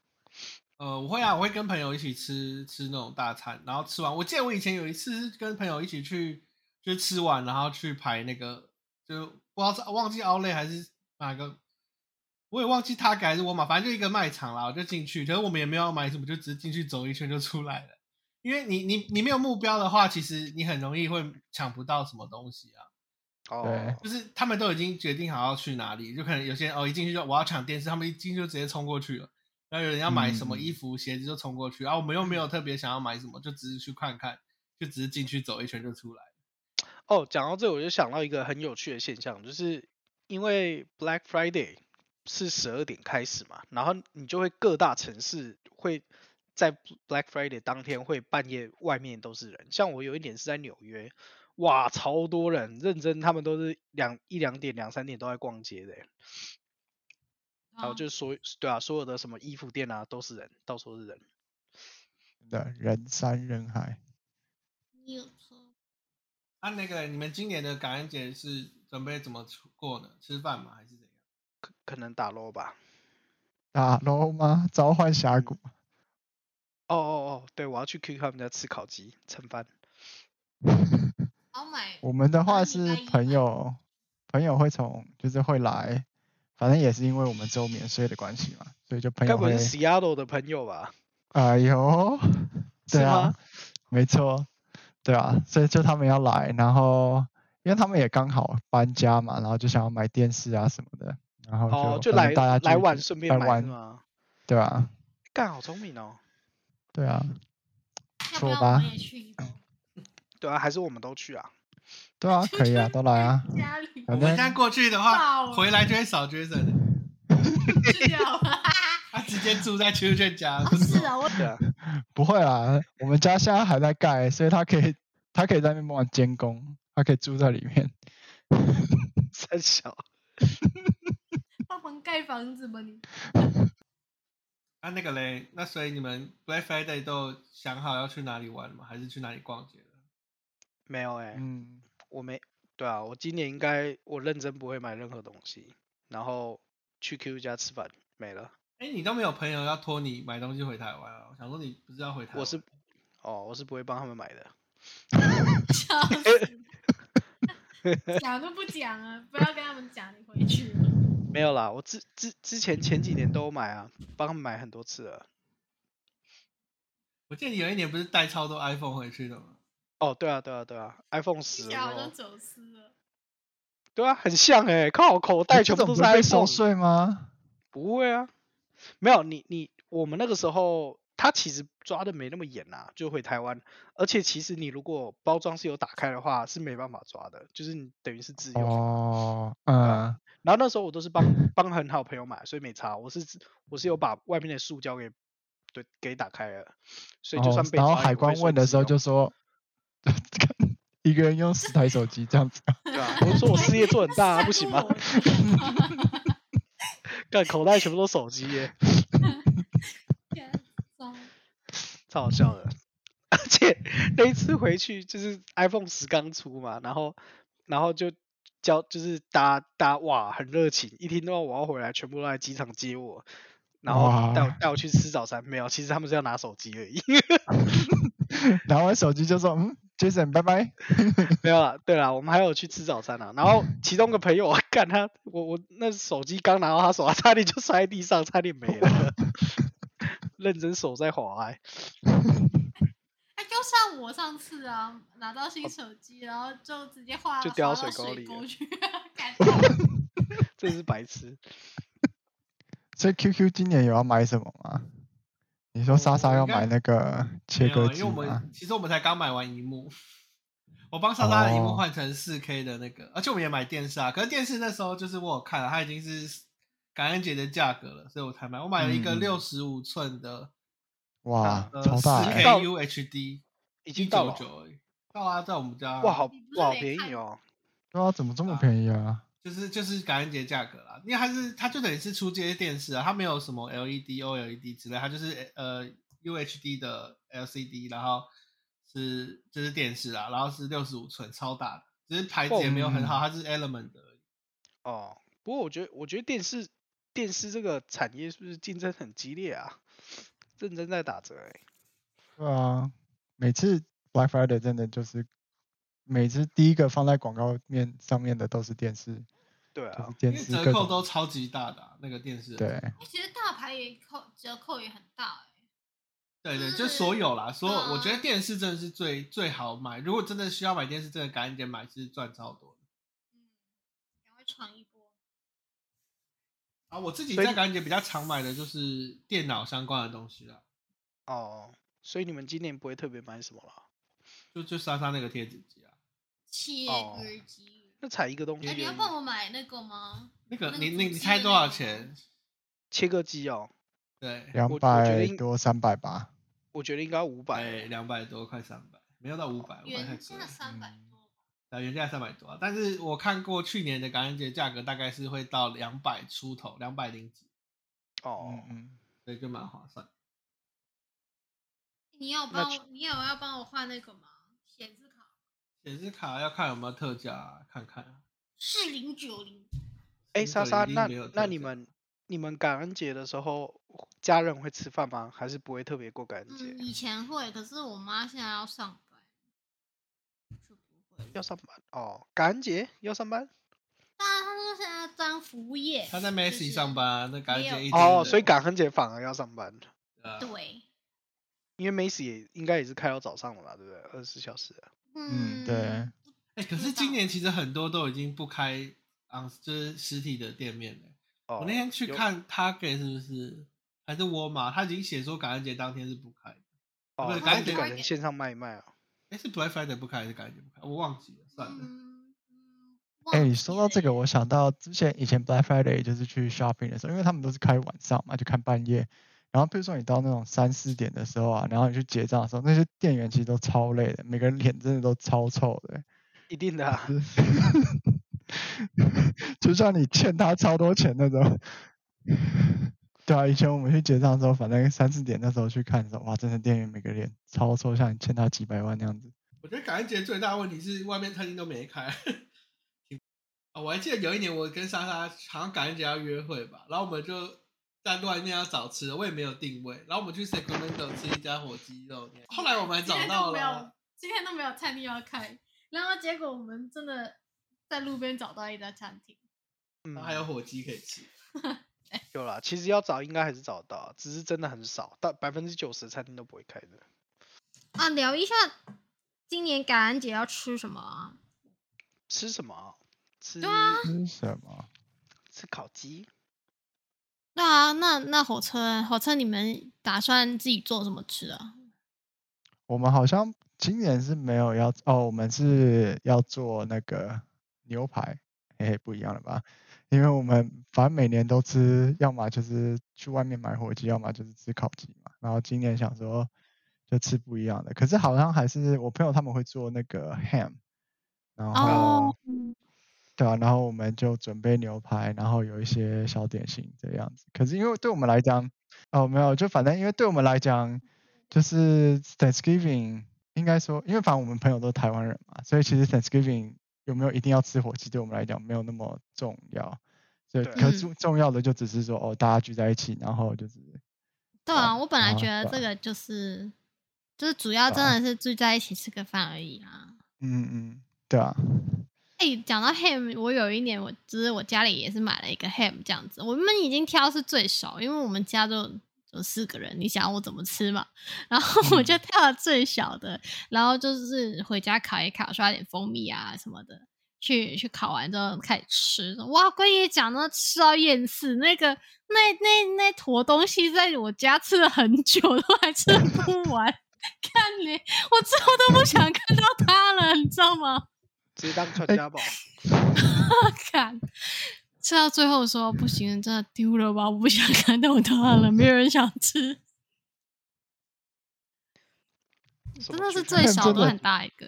Speaker 1: 呃，我会啊，我会跟朋友一起吃吃那种大餐，然后吃完。我记得我以前有一次是跟朋友一起去，就是吃完然后去排那个，就不知道是忘记 Outlet 还是哪个，我也忘记他改还是我买，反正就一个卖场啦，我就进去。可是我们也没有要买什么，就只是进去走一圈就出来了。因为你你你没有目标的话，其实你很容易会抢不到什么东西啊。
Speaker 4: 哦，
Speaker 1: 就是他们都已经决定好要去哪里，就可能有些人哦一进去就我要抢电视，他们一进去就直接冲过去了。然后有人要买什么
Speaker 3: 嗯
Speaker 1: 衣服、鞋子就冲过去，然、后我们又没有特别想要买什么，就只是去看看，就只是进去走一圈就出来。
Speaker 4: 哦，讲到这，我就想到一个很有趣的现象，就是因为 Black Friday 是十二点开始嘛，然后你就会各大城市会在 Black Friday 当天会半夜外面都是人，像我有一年是在纽约，哇，超多人，认真他们都是两一两点、两三点都在逛街的欸，然后
Speaker 2: 啊
Speaker 4: 就所对啊，所有的什么衣服店啊都是人，到处都是人。
Speaker 3: 真的人山人海。
Speaker 2: 你有车
Speaker 1: 啊，那个你们今年的感恩节是准备怎么出过呢？吃饭吗？还是怎样？
Speaker 4: 可可能打 low 吧，
Speaker 3: 打捞吗？召唤峡谷？
Speaker 4: 哦哦哦，对，我要去 Q 他们家吃烤鸡蹭饭。
Speaker 2: 好买
Speaker 3: 我们的
Speaker 2: 好
Speaker 3: 话
Speaker 2: 像礼
Speaker 3: 是
Speaker 2: 拜一
Speaker 3: 朋
Speaker 2: 吧
Speaker 3: 友，朋友会从就是会来，反正也是因为我们只有免税的关系嘛，所以就朋
Speaker 4: 该
Speaker 3: 友
Speaker 4: 不
Speaker 3: 会
Speaker 4: 会是 Seattle 的朋友吧？
Speaker 3: 哎呦，对
Speaker 4: 是
Speaker 3: 啊
Speaker 4: 吗，
Speaker 3: 没错，对啊，所以就他们要来，然后因为他们也刚好搬家嘛，然后就想要买电视啊什么的，然后
Speaker 4: 哦，
Speaker 3: 就
Speaker 4: 就
Speaker 3: 反正
Speaker 4: 来
Speaker 3: 大家
Speaker 4: 来
Speaker 3: 就
Speaker 4: 玩，
Speaker 3: 就
Speaker 4: 顺
Speaker 3: 来
Speaker 4: 便买
Speaker 3: 玩
Speaker 4: 是吗？
Speaker 3: 对啊，
Speaker 4: 干，好聪明哦！
Speaker 3: 对啊，
Speaker 2: 要不
Speaker 3: 说
Speaker 2: 要
Speaker 3: 吧嗯
Speaker 2: 我们也去一波？
Speaker 4: 对啊，还是我们都去啊？
Speaker 3: 对啊，可以啊，都来啊，
Speaker 2: 家里
Speaker 1: 我
Speaker 3: 反
Speaker 1: 们
Speaker 3: 正
Speaker 1: 现在过去的
Speaker 2: 爆
Speaker 1: 话，
Speaker 2: 了
Speaker 1: 回来就会少 Jason，了
Speaker 2: 啊去掉了。
Speaker 1: 他直接住在 c h i l d r e n 家了。
Speaker 2: 哦， 是啊，我
Speaker 4: 对 啊，
Speaker 3: 不会啦，我们家现在还在盖，所以他可以他可以在那边帮我监工，他可以住在里面。
Speaker 4: 三小
Speaker 2: 帮忙盖房子吗？你
Speaker 1: 啊，那个嘞，那所以你们 Black Friday 都有想好要去哪里玩吗？还是去哪里逛街了？
Speaker 4: 没有哎、
Speaker 3: 嗯，
Speaker 4: 我没对啊，我今年应该我认真不会买任何东西，然后去 Q 家吃饭没了。
Speaker 1: 哎，你都没有朋友要托你买东西回台湾啊？我想说你不是要回台湾？
Speaker 4: 我是哦，我是不会帮他们买的。
Speaker 2: 笑 死， 讲都不讲啊！不要跟他们讲，你回去了。
Speaker 4: 没有啦，我之之之前前几年都有买啊，帮他们买很多次了。
Speaker 1: 我记得你有一年不是带超多 iPhone 回去的吗？哦，
Speaker 4: 对啊，对啊，对啊，iPhone 十
Speaker 2: 听起来好像
Speaker 4: 了，哦
Speaker 2: 走私了。
Speaker 4: 对啊，很像哎、靠，口
Speaker 3: 诶
Speaker 4: 袋
Speaker 3: 这
Speaker 4: 全部
Speaker 3: 种
Speaker 4: 都是
Speaker 3: 不会被收。
Speaker 4: iPhone
Speaker 3: 税吗？
Speaker 4: 不会啊，没有你你我们那个时候，他其实抓的没那么严啊，就回台湾，而且其实你如果包装是有打开的话，是没办法抓的，就是你等于是自由。
Speaker 3: 哦，嗯，
Speaker 4: 然后那时候我都是帮帮很好朋友买，所以没差，我是自我是有把外面的塑胶给对给打开了，所以就
Speaker 3: 哦
Speaker 4: 算被
Speaker 3: 然后
Speaker 4: 抓也
Speaker 3: 海
Speaker 4: 不会
Speaker 3: 关
Speaker 4: 说
Speaker 3: 问的
Speaker 4: 自
Speaker 3: 时候
Speaker 4: 由
Speaker 3: 就 说，一个人用十台手机这样子，
Speaker 4: 对啊，我说我事业做很大、啊，
Speaker 2: 哎
Speaker 4: 不行吗？ 干口袋全部都手机耶，
Speaker 2: 啊
Speaker 4: 超好笑的。 而且那一次回去就是 iPhone 十刚出嘛，然后然后就叫就是大家大家哇很热情，一听到我要回来，全部都来机场接我，然后带我
Speaker 3: 哇
Speaker 4: 带我去吃早餐。没有，其实他们是要拿手机而已。
Speaker 3: 拿完手机就说，嗯， Jason，拜拜。
Speaker 4: 没有啦，对啦，我们还有去吃早餐啊。然后其中个朋友，我 干他，我我那手机刚拿到他手，他差点就摔在地上，差点没 了。认真手在滑、欸，
Speaker 2: 哎、就像我上次啊，拿到
Speaker 4: 哦
Speaker 2: 新手机，然后就直接画
Speaker 4: 就
Speaker 2: 滑到
Speaker 4: 掉水
Speaker 2: 水
Speaker 4: 沟里了
Speaker 2: 去，感
Speaker 4: 真是白痴。
Speaker 3: 所以 QQ 今年有要买什么吗？你说莎莎
Speaker 1: 我
Speaker 3: 要
Speaker 1: 哦应该
Speaker 3: 买那个切
Speaker 1: 没有
Speaker 3: 割
Speaker 1: 啊，因
Speaker 3: 机
Speaker 1: 为我
Speaker 3: 吗？
Speaker 1: 们其实我们才刚买完荧幕， 我帮莎莎的荧幕
Speaker 3: 哦
Speaker 1: 换成四 K 的那个，而且我们也买电视啊。可是电视那时候就是我有看啊了，它已经是感恩节的价格了，所以我才买。我买了一个
Speaker 3: 嗯嗯
Speaker 1: 六十五寸的，
Speaker 3: 哇，
Speaker 1: 呃，
Speaker 3: 超
Speaker 1: 四
Speaker 3: 大、
Speaker 4: 10K
Speaker 3: 欸！
Speaker 1: K UHD，
Speaker 4: 已
Speaker 1: 一
Speaker 4: 经到
Speaker 1: 九
Speaker 4: 了，
Speaker 1: 九而已，到啊，在我们家
Speaker 4: 哇，好
Speaker 2: 你不是
Speaker 4: 哇，好
Speaker 2: 没
Speaker 4: 便
Speaker 2: 看
Speaker 4: 宜哦。
Speaker 3: 对啊，怎么这么便宜啊？
Speaker 1: 就是就是感恩节价格啦，因为它是它就等于是出街电视啊，它没有什么 LED、OLED E 之类，它就是呃 UHD 的 LCD，然后是就是电视啊，然后是六十五寸，超大的，只是牌子也没有
Speaker 3: 哦嗯
Speaker 1: 很好，它是 Element 的而已。
Speaker 4: 哦，不过我觉得，我觉得电视电视这个产业是不是竞争很激烈啊？认真在打折哎、
Speaker 3: 对啊，每次 Black Friday 真的就是每次第一个放在广告面上面的都是电视，
Speaker 4: 对
Speaker 3: 就是
Speaker 4: 啊，
Speaker 3: 电
Speaker 1: 因为
Speaker 3: 视
Speaker 1: 折
Speaker 3: 各
Speaker 1: 扣
Speaker 3: 种
Speaker 1: 都超级大的啊、那个电视。
Speaker 3: 对，
Speaker 2: 哎其实大牌也扣折扣也很大、欸
Speaker 1: 对对，
Speaker 2: 就
Speaker 1: 就是所有啦，所有、
Speaker 2: 嗯
Speaker 1: 我觉得电视真的是最最好买，如果真的需要买电视，真的感恩节买是赚超多的。
Speaker 2: 哎，嗯，赶快闯一波。
Speaker 1: 啊，我自己
Speaker 4: 所以
Speaker 1: 在
Speaker 4: 你
Speaker 1: 感恩节比较常买的就是电脑相关的东西啦。
Speaker 4: 哦，所以你们今年不会特别买什么了？
Speaker 1: 就就莎莎那个贴纸机啊，
Speaker 2: 切
Speaker 4: 哦
Speaker 2: 割机，
Speaker 4: 那采一个东
Speaker 2: 哎、你
Speaker 4: 西
Speaker 2: 要
Speaker 4: 而已，
Speaker 2: 帮我买那个吗？
Speaker 1: 那个
Speaker 2: 哦那个
Speaker 1: 你你
Speaker 2: 主
Speaker 1: 你
Speaker 2: 机
Speaker 1: 猜
Speaker 2: 的
Speaker 1: 多
Speaker 2: 那
Speaker 1: 少
Speaker 2: 个
Speaker 1: 钱？
Speaker 4: 切割机哦，
Speaker 1: 对，
Speaker 3: 两
Speaker 4: 我觉得
Speaker 3: 百
Speaker 4: 应
Speaker 3: 多三百吧。
Speaker 4: 我觉得应该五
Speaker 1: 哎
Speaker 4: 百，，
Speaker 1: 两百多，快三百，没有到五百，五百太
Speaker 2: 原
Speaker 1: 贵
Speaker 2: 价
Speaker 1: 了。
Speaker 2: 三百
Speaker 3: 嗯
Speaker 2: 多吧，
Speaker 1: 对，原价三百多啊，但是我看过去年的感恩节价格大概是会到两百出头，两百零几，
Speaker 4: 哦
Speaker 3: 嗯，嗯，
Speaker 1: 所以就蛮划算。
Speaker 2: 你有
Speaker 4: 那
Speaker 2: 帮
Speaker 4: 去
Speaker 2: 我你有要帮我换那个吗？显示卡
Speaker 1: 显示卡要看有没有特价啊、看看啊。
Speaker 2: 四零九零，
Speaker 4: 哎，
Speaker 1: 零
Speaker 4: 莎
Speaker 1: 九
Speaker 4: 莎，
Speaker 1: 零嗯一
Speaker 4: 那
Speaker 1: 没有
Speaker 4: 那
Speaker 1: 特
Speaker 4: 你
Speaker 1: 价
Speaker 4: 们你们感恩节的时候，家人会吃饭吗？还是不会特别过感恩节
Speaker 2: 嗯，？以前会，可是我妈现在要上班，就不会了。
Speaker 4: 要上班哦，感恩节要上班
Speaker 2: 但她说现在当服务业，
Speaker 1: 他在
Speaker 2: 就
Speaker 1: Messi
Speaker 2: 是
Speaker 1: 上班、啊，那感恩
Speaker 2: 没有
Speaker 1: 节一
Speaker 4: 哦，
Speaker 1: 堆
Speaker 4: 所以
Speaker 1: 人
Speaker 4: 感恩节反而要上班，
Speaker 1: 啊
Speaker 2: 对，
Speaker 4: 因为 m a c 也应该也是开到早上了吧，对不对？二十四小时。
Speaker 3: 嗯，对，
Speaker 1: 哎、可是今年其实很多都已经不开啊，就是实体的店面了。
Speaker 4: 哦，
Speaker 1: 我那天去
Speaker 4: 有
Speaker 1: 看 Target 是不是还是沃尔玛，他已经写说感恩节当天是不开的。
Speaker 4: 哦，
Speaker 1: 不是
Speaker 4: 那
Speaker 1: 感
Speaker 4: 你
Speaker 1: 恩节
Speaker 4: 就改
Speaker 2: 快
Speaker 4: 成
Speaker 2: 点
Speaker 4: 线上卖一卖啊。
Speaker 1: 哎，是 Black Friday 不开还是感恩节不开？我忘记了，算了。
Speaker 2: 嗯，嗯
Speaker 3: 哎、
Speaker 2: 忘
Speaker 3: 你
Speaker 2: 记
Speaker 3: 说到这
Speaker 2: 了
Speaker 3: 个，我想到之前以前 Black Friday 就是去 shopping 的时候，因为他们都是开晚上嘛，就看半夜。然后比如说你到那种三四点的时候啊，然后你去结账的时候，那些店员其实都超累的，每个人脸真的都超臭的、
Speaker 4: 一定的、 啊，
Speaker 3: 就像你欠他超多钱那种。对啊，以前我们去结账的时候，反正三四点那时候去看的时候，哇，真的店员每个脸超臭，像你欠他几百万那样子。
Speaker 1: 我觉得感恩节最大的问题是外面餐厅都没开。啊，我还记得有一年我跟莎莎好像感恩节要约会吧，然后我们就在外面要找吃的，我也没有定位，然后我们去 Sacramento 吃一家火鸡肉店，后来我们还
Speaker 2: 今
Speaker 1: 找
Speaker 2: 天
Speaker 1: 到
Speaker 2: 都没
Speaker 1: 了啊
Speaker 2: 有，。今天都没有餐厅要开，然后结果我们真的在路边找到一家餐厅，
Speaker 4: 嗯
Speaker 1: 然后，还有火鸡可以吃。
Speaker 4: 有啦。其实要找应该还是找得到啊，只是真的很少，到百分之九十餐厅都不会开的。
Speaker 2: 啊，聊一下今年感恩节要吃什么啊？
Speaker 4: 吃什么啊？吃
Speaker 2: 对啊
Speaker 3: 吃什么？
Speaker 4: 吃烤鸡。
Speaker 2: 对啊，那那火车火车，你们打算自己做什么吃啊？
Speaker 3: 我们好像今年是没有要哦，我们是要做那个牛排，嘿嘿，不一样了吧？因为我们反正每年都吃，要么就是去外面买火鸡，要么就是吃烤鸡嘛。然后今年想说就吃不一样的，可是好像还是我朋友他们会做那个 ham，然后、
Speaker 2: 哦，
Speaker 3: 对啊，然后我们就准备牛排，然后有一些小点心这样子。可是因为对我们来讲，哦，没有，就反正因为对我们来讲，就是 Thanksgiving 应该说，因为反正我们朋友都是台湾人嘛，所以其实 Thanksgiving 有没有一定要吃火鸡，对我们来讲没有那么重要。所以，
Speaker 4: 对
Speaker 3: 可
Speaker 2: 嗯
Speaker 3: 重重要的就只是说，哦，大家聚在一起，然后就是
Speaker 2: 对啊，
Speaker 3: 哦
Speaker 2: 我本来
Speaker 3: 然后
Speaker 2: 觉得
Speaker 3: 对
Speaker 2: 这
Speaker 3: 啊
Speaker 2: 个就是就是主要真
Speaker 3: 对啊
Speaker 2: 的是聚在一起吃个饭而已啊啦。
Speaker 3: 嗯嗯，对啊，
Speaker 2: 哎、讲到 ham，我有一年我就是我家里也是买了一个 ham 这样子，我们已经挑是最少，因为我们家就有四个人，你想我怎么吃嘛？然后我就挑了最小的，然后就是回家烤一烤，刷点蜂蜜啊什么的，去去烤完之后开始吃。哇，龟爷讲到吃到厌世，那个那那那坨东西在我家吃了很久，都还吃不完。 看你，我之后都不想看到它了，你知道吗？
Speaker 4: 直接当传
Speaker 3: 哎
Speaker 4: 家宝。
Speaker 2: 看，吃到最后说不行，真的丢了吧，我不想看到它了，没有人想吃，
Speaker 4: 什
Speaker 2: 真
Speaker 4: 么
Speaker 2: 的是
Speaker 4: 聚
Speaker 2: 最
Speaker 4: 餐
Speaker 2: 小
Speaker 3: 真
Speaker 2: 都
Speaker 3: 的
Speaker 2: 很大一个，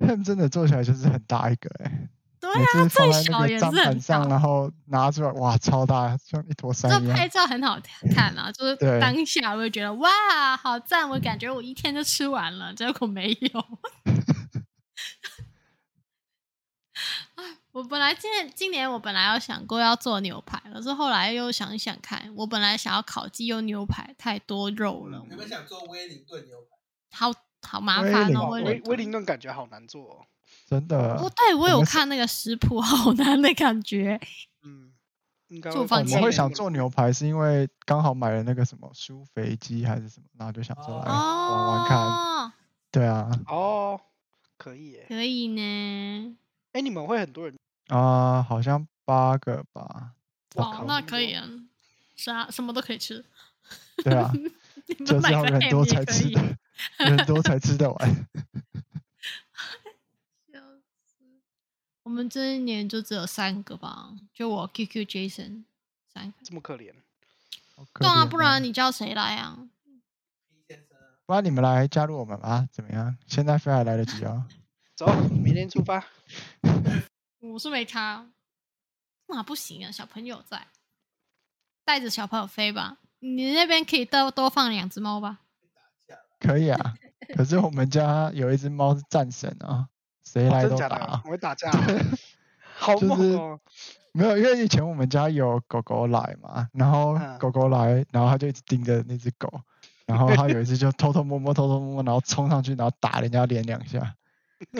Speaker 3: ham 真的做起来就是很大一个哎、
Speaker 2: 对
Speaker 3: 每
Speaker 2: 啊，
Speaker 3: 次放
Speaker 2: 最
Speaker 3: 在那
Speaker 2: 小也
Speaker 3: 个
Speaker 2: 是
Speaker 3: 砧
Speaker 2: 很
Speaker 3: 板上，
Speaker 2: 大。
Speaker 3: 然后拿出来，哇，超大，像一坨山
Speaker 2: 这
Speaker 3: 一
Speaker 2: 拍
Speaker 3: 样。
Speaker 2: 照很好看啊， 就是
Speaker 3: 对
Speaker 2: 当下我就觉得哇，好赞！我感觉我一天就吃完了，结果没有。 哎我本来今年今年我本来有想过要做牛排，可是后来又想一想看，我本来想要烤鸡又牛排太多肉
Speaker 4: 嗯
Speaker 2: 了，
Speaker 1: 有没有想做威灵顿牛排？
Speaker 2: 好好麻
Speaker 3: 威
Speaker 2: 烦
Speaker 3: 灵
Speaker 2: 哦，
Speaker 3: 顿
Speaker 2: 灵
Speaker 4: 威威
Speaker 2: 顿。
Speaker 4: 灵顿感觉好难做、哦。
Speaker 3: 真的
Speaker 2: 哦，，对我有
Speaker 3: 啊们是
Speaker 2: 看那个食谱， 好难的感觉。
Speaker 4: 嗯，应该
Speaker 2: 做
Speaker 4: 会
Speaker 2: 饭放
Speaker 3: 我们
Speaker 2: 弃
Speaker 3: 会
Speaker 2: 了
Speaker 3: 想做牛排，是因为刚好买了那个什么舒肥鸡还是什么，然后就想说来玩玩看。
Speaker 2: 哦，
Speaker 3: 对啊，
Speaker 4: 哦，可以耶。
Speaker 2: 可以呢。
Speaker 4: 哎，你们会很多人
Speaker 3: 啊，好像八个吧。我
Speaker 2: 哦
Speaker 3: 靠，
Speaker 2: 那可以啊，啥什么都可以吃。
Speaker 3: 对啊，
Speaker 2: 你们
Speaker 3: 就是
Speaker 2: 买
Speaker 3: 要
Speaker 2: 个
Speaker 3: 人
Speaker 2: ham
Speaker 3: 多
Speaker 2: 也
Speaker 3: 才
Speaker 2: 可
Speaker 3: 吃
Speaker 2: 以
Speaker 3: 的，人多才吃 得完。
Speaker 2: 笑死我们这一年就只有三个吧，就我 QQ Jason 三个。
Speaker 4: 这么可怜，
Speaker 3: 好可
Speaker 2: 对啊，
Speaker 3: 怜
Speaker 2: 不
Speaker 3: 哦
Speaker 2: 然你叫谁来啊？
Speaker 3: 不然你们来加入我们吧，怎么样？现在飞还来得及哦。
Speaker 4: 走，明天出发。
Speaker 2: 我是没他，那不行啊，小朋友在，带着小朋友飞吧。你那边可以多多放两只猫吧？
Speaker 3: 可以 啊，可是我们家有一只猫是战神啊，谁来
Speaker 4: 哦真
Speaker 3: 都
Speaker 4: 假
Speaker 3: 打
Speaker 4: 的
Speaker 3: 啊。？
Speaker 4: 我会打 架啊，好
Speaker 3: 就
Speaker 4: 猛
Speaker 3: 是
Speaker 4: 哦！
Speaker 3: 没有，因为以前我们家有狗狗来嘛，然后
Speaker 4: 嗯
Speaker 3: 狗狗来，然后它就一直盯着那只狗，然后它有一次就偷偷摸摸、偷偷摸摸，然后冲上去，然后打人家脸两 下，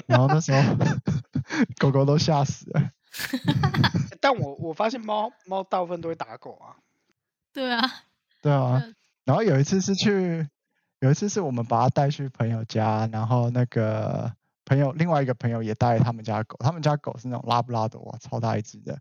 Speaker 3: 然后那时候 狗狗都吓死了。
Speaker 4: 但我我发现猫猫大部分都会打狗啊。
Speaker 2: 对啊，
Speaker 3: 对啊
Speaker 2: 嗯，
Speaker 3: 然后有一次是去，有一次是我们把它带去朋友家，然后那个朋友另外一个朋友也带他们家狗，他们家狗是那种拉布拉多，哇，超大一只的。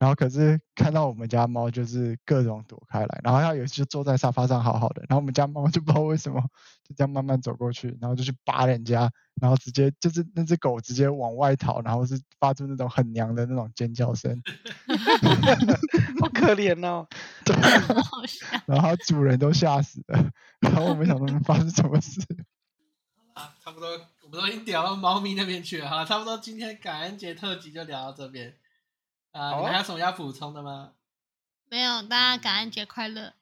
Speaker 3: 然后可是看到我们家猫就是各种躲开来，然后它有一次就坐在沙发上好好的，然后我们家猫就不知道为什么就这样慢慢走过去，然后就去扒人家，然后直接就是那只狗直接往外逃，然后是发出那种很娘的那种尖叫声，
Speaker 4: 好可怜哦，
Speaker 2: 好好笑。
Speaker 3: 然后它主人都吓死了， 然后我们想说发生什么事。
Speaker 1: 啊，差不多，我们都已经聊到猫咪那边去了。好，差不多今天感恩节特辑就聊到这边。啊、
Speaker 4: 好
Speaker 1: 你们
Speaker 4: 啊
Speaker 1: 还有什么要补充的吗？
Speaker 2: 没有，大家感恩节快乐，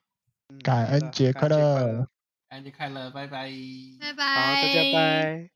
Speaker 4: 嗯
Speaker 3: 感
Speaker 4: 好的
Speaker 3: 恩节快
Speaker 4: 感恩节
Speaker 3: 乐
Speaker 4: 乐！
Speaker 1: 感恩节快乐，拜拜。
Speaker 2: 拜
Speaker 4: 好，
Speaker 2: 拜，
Speaker 4: 大家。拜。